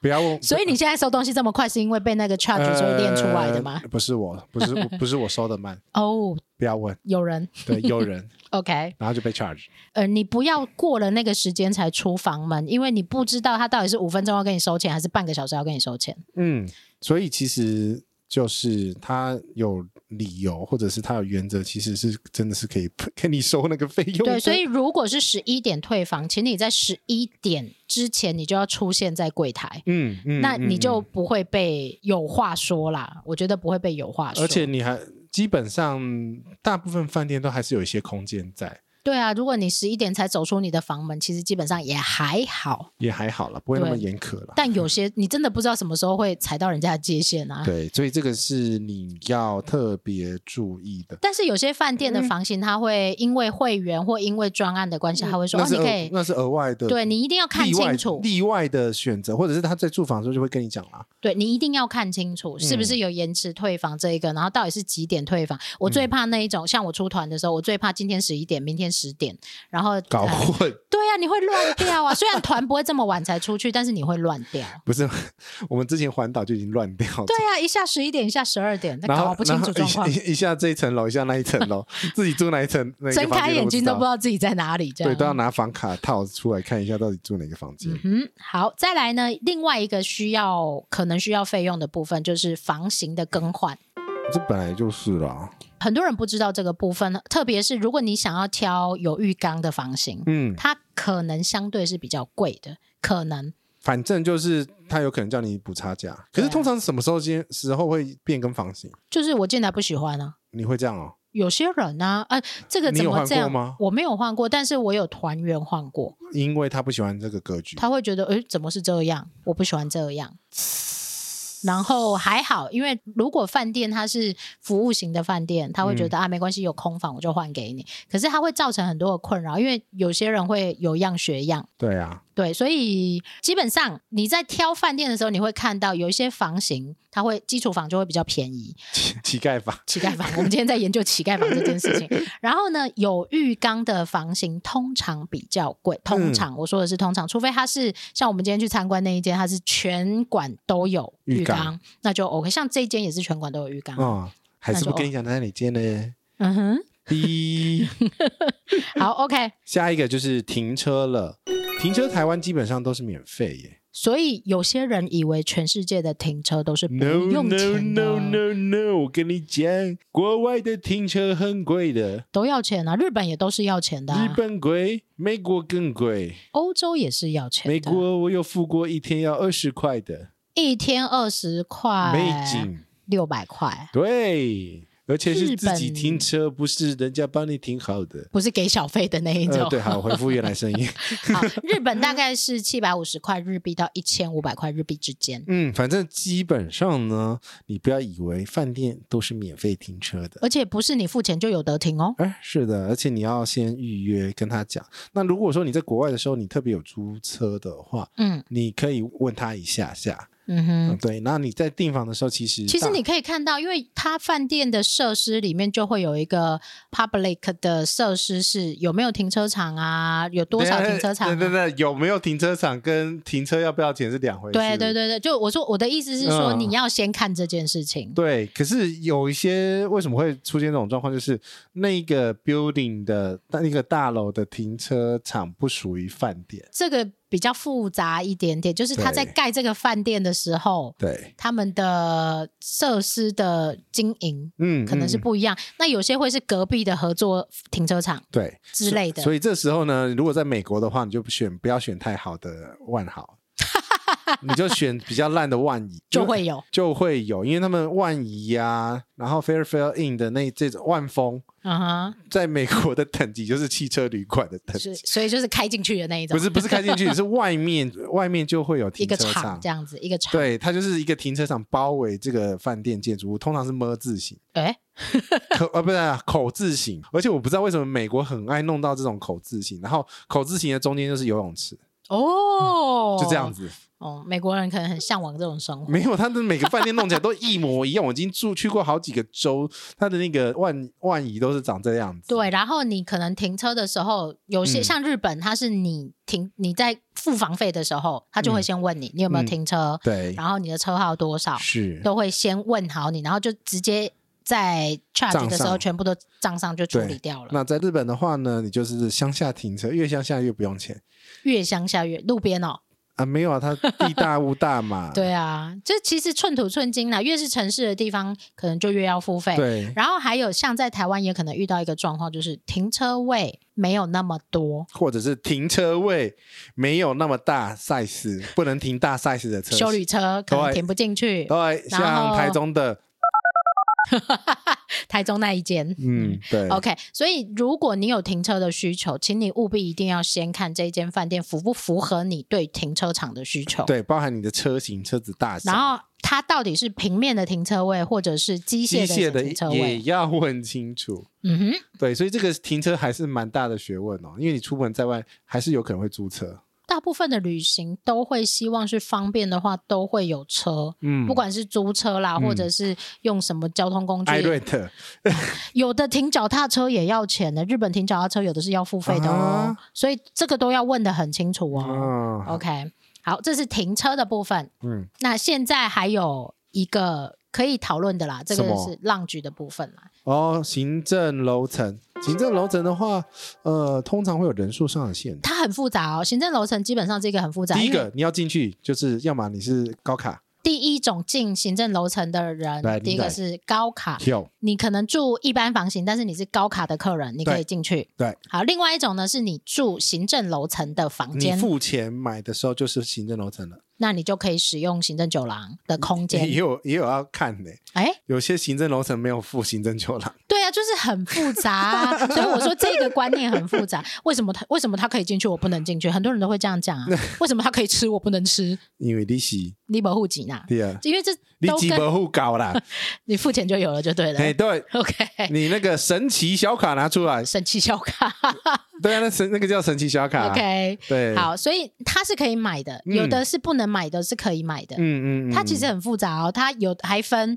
不要问，
所以你现在收东西这么快，是因为被那个 charge 所以练出来的吗？
呃不是我，不是不是我收的慢，
哦，
不要问，
有人
对，有 人，
OK，
然后就被 charge。
呃，你不要过了那个时间才出房门，因为你不知道他到底是五分钟要跟你收钱，还是半个小时要跟你收钱。
嗯，所以其实就是他有理由，或者是他有原则，其实是真的是可以给你收那个费用的。
对，所以如果是十一点退房，请你在十一点之前你就要出现在柜台，
嗯嗯，
那
嗯
你就
嗯
不会被有话说啦。我觉得不会被有话说，
而且你还基本上大部分饭店都还是有一些空间在，
对啊，如果你十一点才走出你的房门，其实基本上也还好。
也还好了，不会那么
对
严苛了。
但有些你真的不知道什么时候会踩到人家的界限啊。
对，所以这个是你要特别注意的。
但是有些饭店的房型，它会因为会员或因为专案的关系，他会说
那
哦，
是
你
额
可以，
那是额外的，
对你一定要看
例外
清楚，
例外的选择，或者是他在住房的时候就会跟你讲啦。
对你一定要看清
嗯
楚是不是有延迟退房这一个，然后到底是几点退房。
嗯
我最怕那一种，像我出团的时候，我最怕今天十一点，明天十点，然后
搞
呃
混，
对啊，你会乱掉啊。虽然团不会这么晚才出去，但是你会乱掉。
不是 我们之前环岛就已经乱掉了。
对啊，一下十一点，一下十二点，那
然
搞
后
不清楚
然
状
后
况
一，一一下这一层楼，一下那一层楼， 自己住哪一层，哪一个
睁
房
开
间
眼睛都不知
道。
道自己在哪里，这样
对，都要拿房卡套出来看一下，到底住哪个房间。
嗯，好，再来呢，另外一个需要可能需要费用的部分就是房型的更换。
这本来就是啦，
很多人不知道这个部分，特别是如果你想要挑有浴缸的房型，
嗯，
它可能相对是比较贵的，可能
反正就是他有可能叫你补差价，可
对
是
啊
通常什么时候间时候会变更房型？
就是我进来不喜欢啊。
你会这样哦？
有些人呢、啊，呃，这个
你
怎
有
么
换
这
过
样？
吗
我没有换过，但是我有团员换过，
因为他不喜欢这个格局，
他会觉得，诶，怎么是这样？我不喜欢这样。然后还好，因为如果饭店它是服务型的饭店，他会觉得、啊，没关系，有空房我就换给你。可是它会造成很多的困扰，因为有些人会有样学样。
对啊，
对，所以基本上你在挑饭店的时候，你会看到有一些房型，它会基础房就会比较便宜，
乞乞丐 房，
乞丐房。我们今天在研究乞丐房这件事 情。然后呢，有浴缸的房型通常比较贵，
嗯
通常、我说的是通常，除非它是像我们今天去参观那一间，它是全馆都有浴
浴缸
那就 OK。像这一间也是全馆都有浴缸。
嗯，还是
那就
不跟你讲在哪里间 呢？
嗯哼，
第一，
好 OK。
下一个就是停车了，停车台湾基本上都是免费耶
所以有些人以为全世界的停车都是不用钱的
no，我跟你讲，国外的停车很贵的，
都要钱啊！日本也都是要钱的、啊，
本贵，美国更贵，
欧洲也是要钱的。
我有付过一天要二十块的
一天二十块，
美金。
六百块，
对，而且
日
是自己
本
停车，不是人家帮你停好的。
不是给小费的那一种。
呃，对，好，回复原来声 音。
好，日本大概是七百五十块日币到一千五百块日币之间，
嗯，反正基本上呢，你不要以为饭店都是免费停车的。
而且不是你付钱就有得停哦。
哎，是的，而且你要先预约跟他讲。那如果说你在国外的时候，你特别有租车的话，
嗯
你可以问他一下下。
嗯
嗯，
哼。
对。那你在订房的时候，其实
其实
大
你可以看到，因为它饭店的设施里面就会有一个 public 的设施是有没有停车场啊，有多少停车场、啊。
对对对，有没有停车场跟停车要不要钱是两回事。
对对
对。
对对，就我说我的意思是说，
嗯
你要先看这件事情。
对，可是有一些为什么会出现这种状况，就是那个 building 的那个大楼的停车场不属于饭店。
这个比较复杂一点点，就是他在
对
盖这个饭店的时候，
对，
他们的设施的经营
嗯，
可能是
嗯
不一样。那有些会是隔壁的合作停车场
对
之类的。
所以这时候呢，如果在美国的话，你就不选不要选太好的万豪，你就选比较烂的万怡，
就会有，
就会有，因为他们万怡呀、然后 Fairfield Inn 的那这种万丰，
嗯哼，
在美国的等级就是汽车旅馆的等级
是，，所以就是开进去的那一种，
不是不是开进去，是外面 外面就会有
一
停
个
车
厂
场
这。样子，一个厂，
对，它就是一个停车场包围这个饭店建筑物，通常是么字形，
哎，
口呃不是啊口字形，而且我不知道为什么美国很爱弄到这种口字形，然后口字形的中间就是游泳池，
哦，
嗯就这样。子。
哦，美国人可能很向往这种生活，
没有，它的每个饭店弄起来都一模一样。我已经住去过好几个州，它的那个万万怡都是长这样子。
对。然后你可能停车的时候，有些、
嗯
像日本，它是你停你在付房费的时候，他就会
嗯
先问你、你有没有
嗯
停车，
对，
然后你的车号多少，
是
都会先问好你，然后就直接在 charge 的时
账
候
上
全部都账上就处理掉了。
那在日本的话呢，你就是乡下停车，越乡下越不用钱
越乡下越路边哦，
啊。没有啊，它 地大物大嘛。
对啊，这其实寸土寸金啦，越是城市的地方，可能就越要付费。
对，
然后还有像在台湾也可能遇到一个状况，就是停车位没有那么多，
或者是停车位没有那么大 size，不能停大 size 的车。
修理车可能
对
停不进去，
对，
然
像
后
台中的，
台中那一间。
嗯，对，
OK，所以如果你有停车的需求，请你务必一定要先看这间饭店符不符合你对停车场的需求。
对，包含你的车型、车子大小，
然后它到底是平面的停车位，或者是机
机
械
械的
的停车
也
位？
要问清楚。
嗯哼，
对，所以这个停车还是蛮大的学问哦，因为你出门在外还是有可能会租车，
大部分的旅行都会希望是方便的话，都会有车，
嗯，
不管是租车啦，
嗯
或者是用什么交通工具，
艾瑞特
有的停脚踏车也要钱的。日本停脚踏车有的是要付费的哦，
啊
所以这个都要问的很清楚哦。
啊，
OK，好，这是停车的部分。
嗯，
那现在还有一个可以讨论的啦，这
什
个
么
是浪局的部分啦。
哦，行政楼层，行政楼层的话，呃，通常会有人数上的限制。
它很复杂哦，行政楼层基本上这个很复杂。
第一
因为
个你要进去，就是要么你是高卡，
第一种进行政楼层的人
来，
第一个
来
是高卡，
有
你可能住一般房型，但是你是高卡的客人，你可以
对
进去。
对，
好，另外一种呢是你住行政楼层的房
你
间，
付钱买的时候就是行政楼层了，
那你就可以使用行政酒廊的 空
也
间。
有也有要看的，
哎，
有些行政楼层没有付行政酒廊，
对啊，就是很复杂啊、所以我说这个观念很复杂。为什么他为什么他可以进去，我不能进去？很多人都会这样讲啊。为什么他可以吃，我不能吃？
因为利息
你保护己呢？
对啊，
因为这
利
都
息
跟
不付高 啦，
你付钱就有了，就对了。
哎，对
OK，
你那个神奇小卡拿出来，
神奇小卡。
对啊，那神那个叫神奇小卡啊
OK，
对，
好，所以它是可以买的，
嗯
有的是不能买的，是可以买的。
嗯嗯，嗯
它其实很复杂哦，它有还分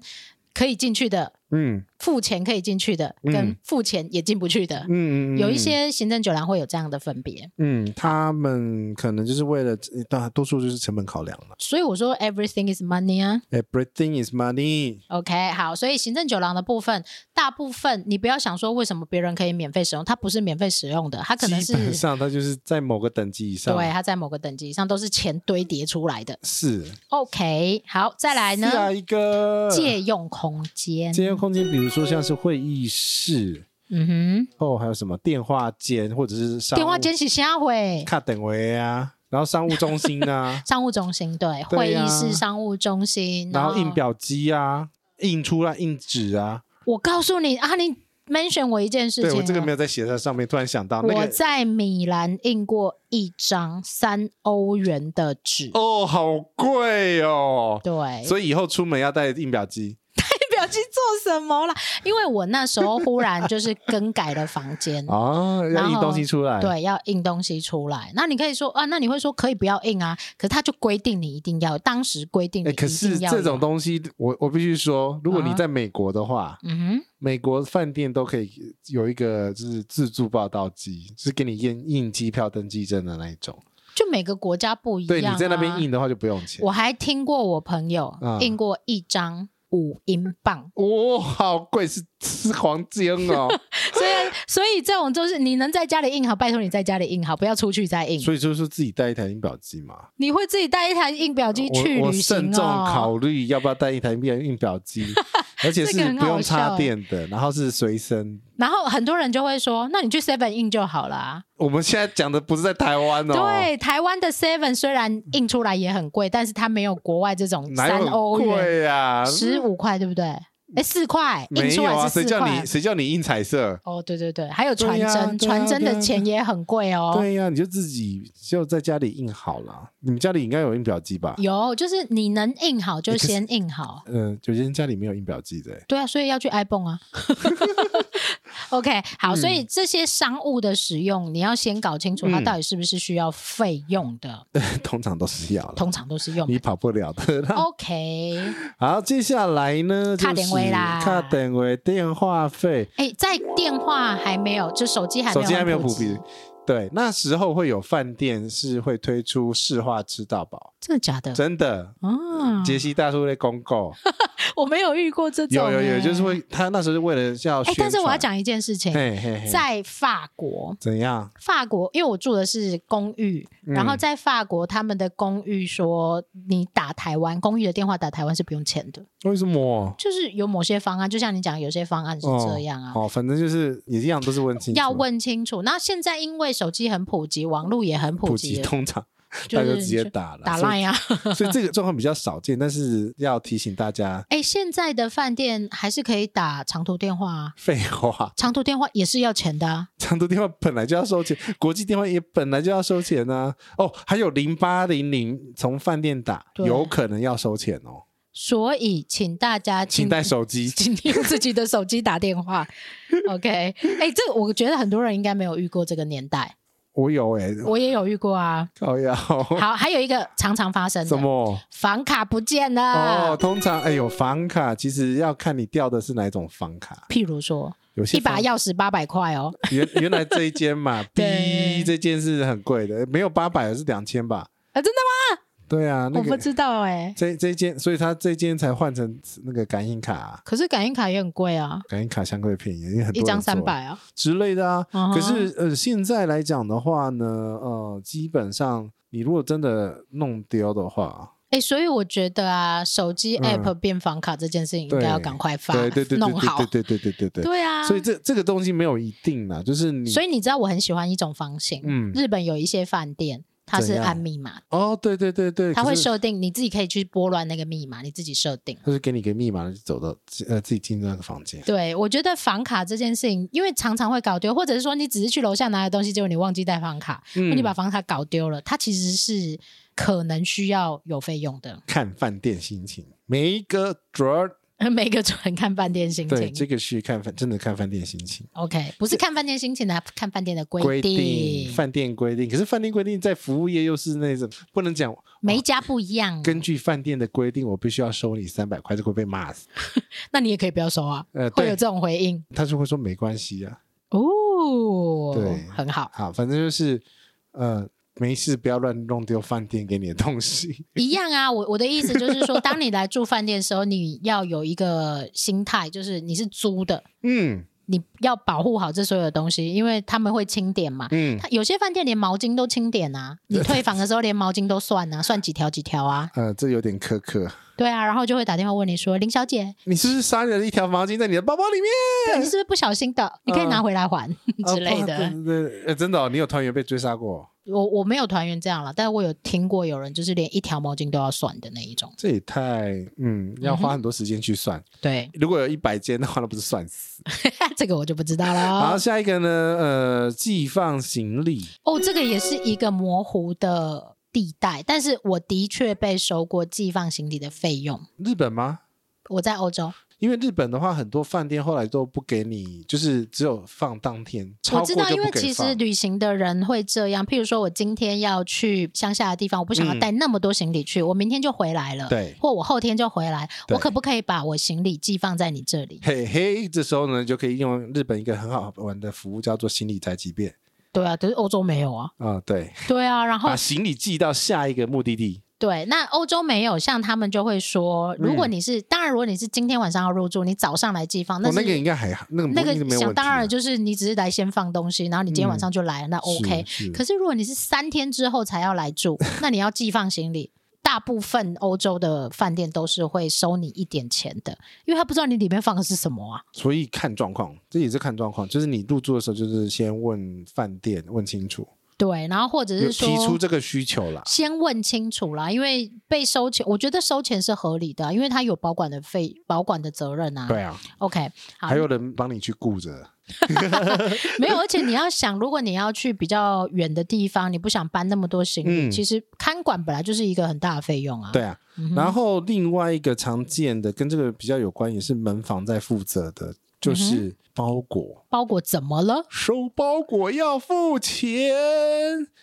可以进去的、
嗯
付钱可以进去的，
嗯
跟付钱也进不去的。
嗯嗯嗯
有一些行政酒廊会有这样的分别，
嗯，他们可能就是为了呃大多数就是成本考量了。
所以我说 everything is money 啊。
Everything is money，
OK，好，所以行政酒廊的部分，大部分你不要想说为什么别人可以免费使用，它不是免费使用的，它可能
基本
是
上它就是在某个等级以上，
对啊它在某个等级以上都是钱堆叠出来的。
是
OK，好，再来呢，
下一个
借用空间，
啊借用空间，比如说像是会议室
嗯
哦，还有什么电话间或者是
哼，
商务
电话间是下会，
卡等位啊，然后商务中心啊
商务中心，对，会
对啊
议室、商务中心，
然后印。表机啊，印出来印纸啊，
我告诉你啊，你 mention 我一件事
对
情
我
啊，
这个没有在写在上面，突然想到那
我
个
在米兰印过一张三欧元的纸，
哦，好贵哦，
对，
所以以后出门要带印表机。。
表情做什么啦？因为我那时候忽然就是更改了房间
哦，
然
要印
后
东西出来。，
对，要印东西出来。那你可以说啊，那你会说可以不要印啊，可是他就规定你一定要，当时规定你
哎，
一定
可是
要
这种
有，
东西，我我必须说，如果
啊
你在美国的话，
嗯
美国饭店都可以有一个就是自助报到机，就是给你印印机票登记证的那一种。
哼，就每个国家不一样、
对，
啊。
你在那边印，的话就不用钱。
我还听过我朋友
啊，
印过一张五英镑
哇、好贵，是是黄金 哦。
所以所以这种就是你能在家里印好，拜托你在家里印好，不要出去再印。
所以就是自己带一台印表机嘛。
你会自己带一台印表机去
我
旅
我
行
慎
哦？
重考虑要不要带一台印印表机，而且是
这个很
不用
好笑
插
欸
电的，然后是随身。
然后很多人就会说，那你去 Seven 印就好啦。
我们现在讲的不是在台湾哦，，
对，台湾的 Seven 虽然印出来也很贵，但是它没有国外这种
哪
三
有
欧
很
元
贵呀？
十五块，对不对？哎，四块印
没
出
有
来
啊，
是
谁
四
叫
块
你。谁叫你印彩色？
哦，对对对，还有传
对呀
真，
对呀
传真
对呀啊
的钱也很贵哦。
对呀，你就自己就在家里印好了。你们家里应该有印表机吧？
有，就是你能印好就
诶可是
先印好。
嗯，有些人家里没有印表机的欸。
对啊，所以要去 iPhone 啊。OK，好，
嗯
所以这些商务的使用，你要先搞清楚它
嗯
到底是不是需要费用的，
通常都是要了，
通常都是用
你跑不了的 啦。
OK，
好，接下来呢，
卡点位啦
就是卡点位电话费，
哎、在电话还没有，就手机还没
手
有，
机还没有普及。，对，那时候会有饭店是会推出市话吃到饱，
真的假的？
真的。
啊，
杰西大叔的公告
我没有遇过 这种、
有有有，
哎
就是。会他那时候是为了要
哎、
宣传，
但是我要，讲一哎件事情，
嘿嘿嘿，
在法国，
怎样？
法国，因为我住的是公寓，
嗯
然后在法国，他们的公寓说你打台湾公寓的电话打台湾是不用钱的，
为什么？
就是有某些方案，就像你讲，有些方案是这样啊。
哦，哦哦反正就是也一样，都是问清楚
要问清楚。那现在因为手机很普及，网络也很
普
普
及，
及，
通常
就
大家
是
就直接
就
打了，
打
所以
line 啊。
所以这个状况比较少见，但是要提醒大家，
哎，现在的饭店还是可以打长途电话啊，
废话，
长途电话也是要钱的、啊。
长途电话本来就要收钱，国际电话也本来就要收钱呐、哦，还有零八零零从饭店打，
对
有可能要收钱哦，
所以，请大家
请带手机。
请用自己的手机打电 话。OK，哎、这个我觉得很多人应该没有遇过这个年代，
我有哎、
我也有遇过啊。
靠 腰，
好，还有一个常常发生
什
的，
么？
房卡不见
哦，
了。
通常哎有房卡，其实要看你掉的是哪一种房卡，
譬如说，
有些
一把
房啊
钥匙八百块哦，
原原来这一间嘛，B
对
这间是很贵的，没有八百是两千吧？
啊，真的
对啊，
吗？
那
我不
个
知道哎、
这这间，所以他这间才换成那个感应卡啊、
可是感应卡也很贵啊，
感应卡相对便宜，因为很多
一张
人做
三百啊。
之类的啊。
嗯哼
可是呃，现在来讲的话呢，呃，基本上你如果真的弄丢的话，
哎、所以我觉得啊，手机
嗯
app 变房卡这件事情应该要赶快发
对对对对
弄好。
对对对对对对对。
对啊，
所以这这个东西没有一定啦，就是你
所以你知道我很喜欢一种房型，
嗯
日本有一些饭店它是
怎样
按密码，
哦，对对对对，
它
可
会
是
设定你自己可以去拨乱那个密码，你自己设定。
他就给你个密码，就走到自呃自己进那个房间。
对，我觉得房卡这件事情，因为常常会搞丢，或者是说你只是去楼下拿的东西，结果你忘记带房卡，
嗯
或你把房卡搞丢了，它其实是可能需要有费用的。
看饭店心情，每一个 draw
每个主人看饭店心
对这
情
个是看饭，真的看饭店心情。
，OK，不是看饭店心情的，看饭店的
规
规
定，饭店规定，可是饭店规定在服务业又是那种不能讲
每一家不一样。
根据饭店的规定，我必须要收你三百块，这会被骂死。
那你也可以不要收啊，
呃，
会有
对，
这种回应
他就会说没关系啊，
哦，
对
很好。
好，反正就是呃，没事不要乱弄丢饭店给你的东西。
一样啊，我我的意思就是说，当你来住饭店的时候，你要有一个心态，就是你是租的，
嗯
你要保护好这所有的东西，因为他们会清点嘛。
嗯，
他有些饭店连毛巾都清点啊，你退房的时候连毛巾都算啊，算几条几条啊，
呃，这有点苛刻。
对啊，然后就会打电话问你说，林小姐，
你是不是塞了一条毛巾在你的包包里面
对你是不是不小心的？你可以拿回来还、之类
啊
的。
不对对对，呃真的哦，你有团员被追杀过，哦
我我没有团员这样了，但是我有听过有人就是连一条毛巾都要算的那一种。
这也太嗯，要花很多时间去算。
对，
如果有一百间的话，那不是算死。
这个我就不知道
然
了
后。下一个呢，呃，寄放行李，
哦，这个也是一个模糊的地带，但是我的确被收过寄放行李的费用。
日本吗？
我在欧洲，
因为日本的话，很多饭店后来都不给你，就是只有放当天，超
我
过
知
就
道，因
不
为
给
其
放
实。旅行的人会这样。譬如说，我今天要去乡下的地方，我不想要
嗯
带那么多行李去，我明天就回来了，
对
或我后天就回来，
对
我可不可以把我行李寄放在你这里？
嘿嘿，这时候呢，就可以用日本一个很好玩的服务，叫做行李宅急便
对啊，可是欧洲没有啊。
啊、对，
对啊，然后
把行李寄到下一个目的地。
对，那欧洲没有，像他们就会说，如
嗯
果你是、当然，如果你是今天晚上要入住，你早上来寄放，那
哦，
是、
那个应该还好，那个
那
个没有
个
问题啊、嗯
想当然就是你只是来先放东西，然后你今天晚上就来，那 OK。
是是
可是如果你是三天之后才要来住，那你要寄放行李。大部分欧洲的饭店都是会收你一点钱的，因为他不知道你里面放的是什么啊。
所以看状况，这也是看状况，就是你入住的时候，就是先问饭店问清楚，
对，然后或者
有
是说
提出这个需求啦。
先问清楚啦，因为被收钱，我觉得收钱是合理的啊，因为他有保管的费、保管的责任啊。
对啊，
，OK，好，啊
还有人帮你去顾着，
没有？而且你要想，如果你要去比较远的地方，你不想搬那么多行李，
嗯
其实看管本来就是一个很大的费用啊。
对啊。然后另外一个常见的跟这个比较有关，也是门房在负责的，
嗯
就是包裹，
包裹怎么了？
收包裹要付钱。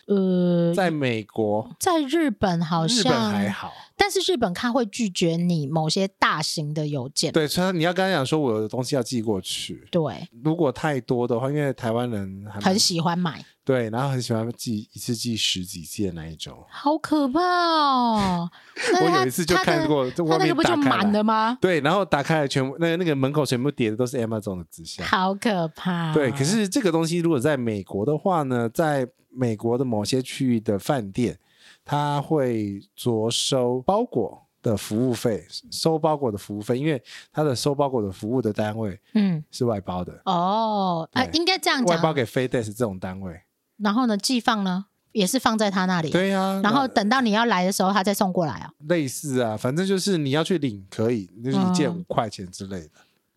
呃，
在美国，
在日本好
日
像，
本还好，
但是日本他会拒绝你某些大型的邮件。
对，所以你要跟他讲说我的东西要寄过去。
对，
如果太多的话，因为台湾人还蛮
很喜欢买，
对，然后很喜欢寄一次寄十几件那一种。
好可怕 哦！那
我
他
有一次就
他的
看过，这
他
外
那
面
个不
打
就
开
满
来
了吗？
对，然后打开来全部那个那个门口全部叠的都是 Amazon 的纸箱。
好可怕、
对，可是这个东西如果在美国的话呢，在美国的某些区域的饭店，它会着收包裹的服务费，收包裹的服务费，因为它的收包裹的服务的单位
嗯，
是外包的，
哦，啊，
对
应该这样
外包
讲。
给 FedEx 这种单位。
然后呢，寄放呢也是放在他那里，
嗯对呀、
然后
那
等到你要来的时候，他再送过来啊。
类似啊，反正就是你要去领可以，就是一件
嗯
五块钱之类的。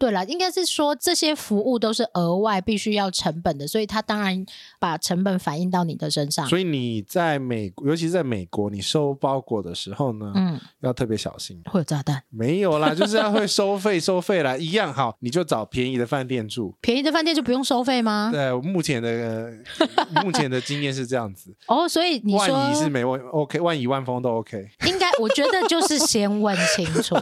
对了，应该是说这些服务都是额外必须要成本的，所以他当然把成本反映到你的身上。
所以你在美国，尤其是在美国，你收包裹的时候呢，
嗯，
要特别小心。
会有炸弹。
没有啦，就是要会收费， 收费啦，一样好，你就找便宜的饭店住。
便宜的饭店就不用收费吗？
对，我目前的、呃目前的经验是这样子，
哦，所以 你说
万一是没问 OK，万一万丰都 OK。
应该，我觉得就是先问清 楚，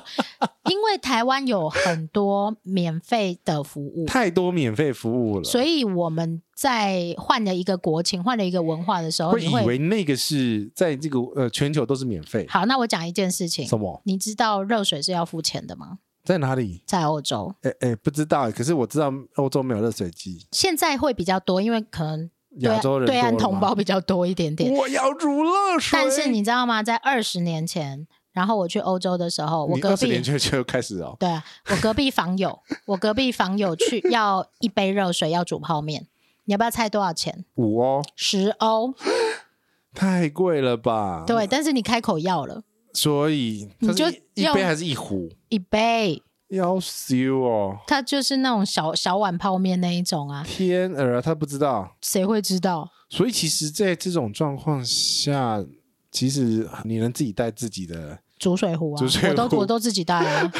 因为台湾有很多免费的服务，
太多免费服务了，
所以我们在换了一个国情、换了一个文化的时候，
会
你
以为那个是在这个呃全球都是免费。
好。那我讲一件事情，
什么？
你知道热水是要付钱的吗？
在哪里？
在欧洲
哎哎，不知道哎，可是我知道欧洲没有热水机，
现在会比较多，因为可能对啊
亚洲人
对岸
多了
同
吗
胞比较多一点点。
我要煮热水。
但是你知道吗？在二十年前，然后我去欧洲的时候，我
你
隔
二十年就
壁
就开始哦，
对啊，我隔壁 房友，我隔壁房友去要一杯热水，要煮泡面，你要不要猜多少钱？
五哦，
十欧。
太贵了吧？
对，，但是你开口要了
所以它
你
是
就
一一
用
杯还是一壶？
一杯，
要死哦！
它就是那种小小碗泡面那一种啊，
天儿，他不知道。
谁会知道？
所以其实，在这种状况下，其实你能自己带自己的，
煮水壶啊，
煮水
我
壶
都我都自己带啊。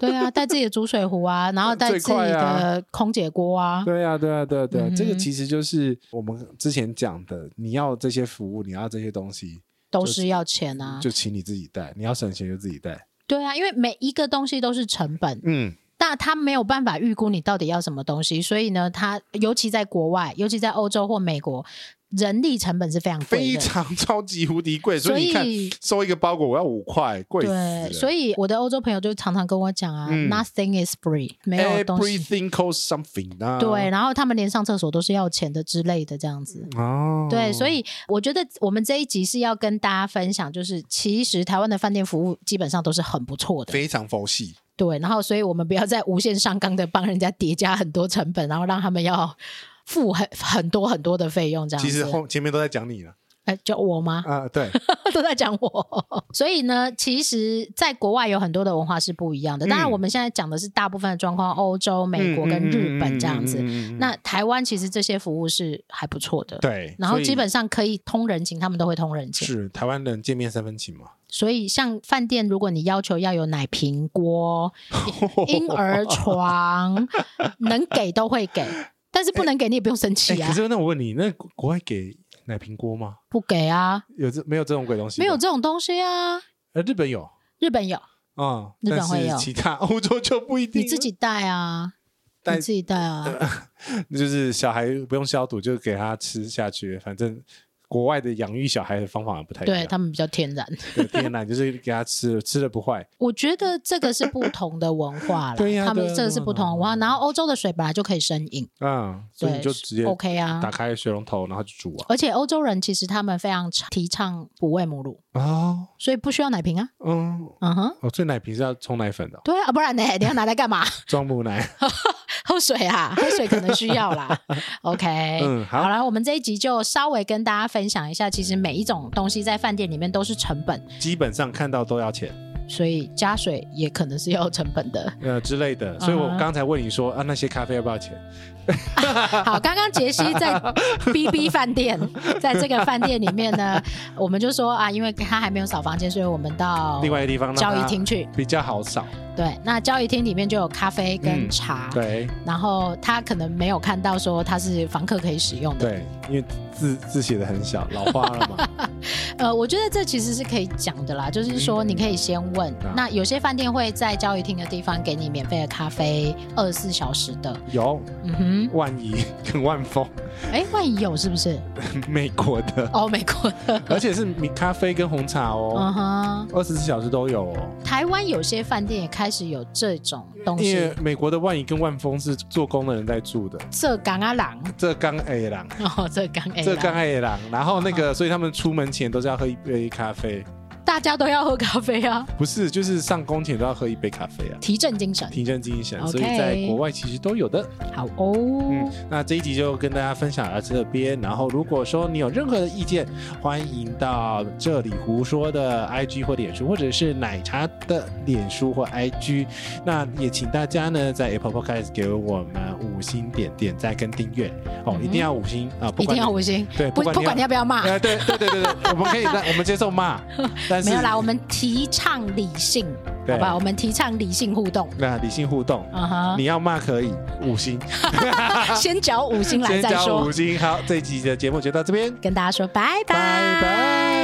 对啊，带自己的煮水壶啊，然后带
最
自己
快啊
的空姐锅啊。
对啊，对啊，对啊，对啊，
嗯哼
这个其实就是我们之前讲的，你要这些服务，你要这些东西，
都是要钱啊，
就请你自己带，你要省钱就自己带。
对啊，因为每一个东西都是成本，
嗯，
那他没有办法预估你到底要什么东西，所以呢，他尤其在国外，尤其在欧洲或美国，人力成本是非常贵
非
的。
常超级无敌贵，所
所
以你看，
以，
收一个包裹我要五块，贵死了。
对，所以我的欧洲朋友就常常跟我讲啊、
嗯
n o t h i n g is free，没有东西。
everything costs something 啊。
对，然后他们连上厕所都是要钱的之类的，这样子。
哦，
对，所以我觉得我们这一集是要跟大家分享，就是其实台湾的饭店服务基本上都是很不错的，
非常佛系。
对，然后所以我们不要再无限上纲的帮人家叠加很多成本，然后让他们要付很很多很多的费用这样
其
子。
实后前面都在讲你了
哎，就我吗？
啊，对，
都在讲我。所以呢，其实在国外有很多的文化是不一样的。当然，
嗯
我们现在讲的是大部分的状况，欧洲、美国跟日本这样子。
嗯。嗯嗯嗯嗯嗯
那台湾其实这些服务是还不错的。
对，
然后
所以
基本上可以通人情，他们都会通人情。
是台湾人见面三分情嘛，
所以像饭店，如果你要求要有奶 瓶锅、婴儿床，能给都会给，但是不能给你也不用生
哎
气啊，
可是那我问你，那国国外给奶瓶锅吗？
不给啊，
有这没有这种鬼东西？
没有，这种东西啊。
呃，日本有
日本有，
啊，
日本
但是
会有
其他欧洲就不一定。
你自己带啊，
带
你自己带啊。
就是小孩不用消毒，就给他吃下去，反正国外的养育小孩的方法不太一
对他
样。
们比较天然。
对，天然就是给他吃了，吃了不坏。
我觉得这个是不同的文化啦，
对呀
他们
对呀
这个是不同的文化。
对呀
然后欧洲的水本来就可以生饮，
嗯，所以
对
你就直接
，OK 啊
打。开水龙头，然后就煮啊。
而且欧洲人其实他们非常提倡不喂母乳，
哦，
所以不需要奶瓶啊。
嗯，
嗯哼，
哦，所以奶瓶是要冲奶粉的哦，
对啊，不然呢， 你要拿来干嘛？
装母奶。
喝水啊，喝水可能需要啦。OK，
嗯好
好了，我们这一集就稍微跟大家分享一下，其实每一种东西在饭店里面都是成本，
基本上看到都要钱，
所以加水也可能是要成本 的。
呃之类的。所以我
嗯哼
刚才问你说啊，那些咖啡要不要钱？
好，刚刚杰西 在 B B 饭店，在这个饭店里面呢，我们就说啊，因为他还没有扫房间，所以我们到
另外一个地方让
哦交易
它
厅去。
比较好扫。
对，那交易厅里面就有咖啡跟
嗯
茶，
对
然后他可能没有看到说它是房客可以使用的。
对，因为字字写的很小，老花了 嘛。
呃，我觉得这其实是可以讲的啦，就是说你可以先问。
嗯
那有些饭店会在交易厅的地方给你免费的咖啡，二十四小时的。
有
嗯
万怡跟万丰，
哼，哎，万一有是不是？
美国的，
哦，美国的。
而且是米咖啡跟红茶
嗯
哦，
哼，
二十四小时都有哦。
台湾有些饭店也开始有这种东
因为
西，
美国的万怡跟万丰是做工的人在住的，
这港阿郎，
这刚 A 郎，
啊哦，这港 A
这刚
郎，
A 郎，然后那个，所以他们出门前都是要喝一杯咖啡，
大家都要喝咖啡 啊，
不是，就是上工前都要喝一杯咖啡啊，
提振精神。
提振精神。
OK
所以在国外其实都有的。
好哦，
嗯，那这一集就跟大家分享到这边。然后，如果说你有任何的意见，欢迎到这里胡说的 IG 或脸书，或者是奶茶的脸书或 IG。那也请大家呢在 Apple Podcast 给我们五星点点赞跟订阅哦，
嗯
一定要五星啊！不管
一定
你
要五星，
对，
不
管
不管你
要
要。不要骂，
呃，对对对对对，我们可以，我们接受骂，但是
没有啦，我们提倡理性，
对
好吧，我们提倡理性互动。
那理性互动，
嗯哼，
你要骂可以五星，
先缴五星来
先
再
交
说
五。星。好，这一集的节目就到这边，
跟大家说拜拜，
拜拜。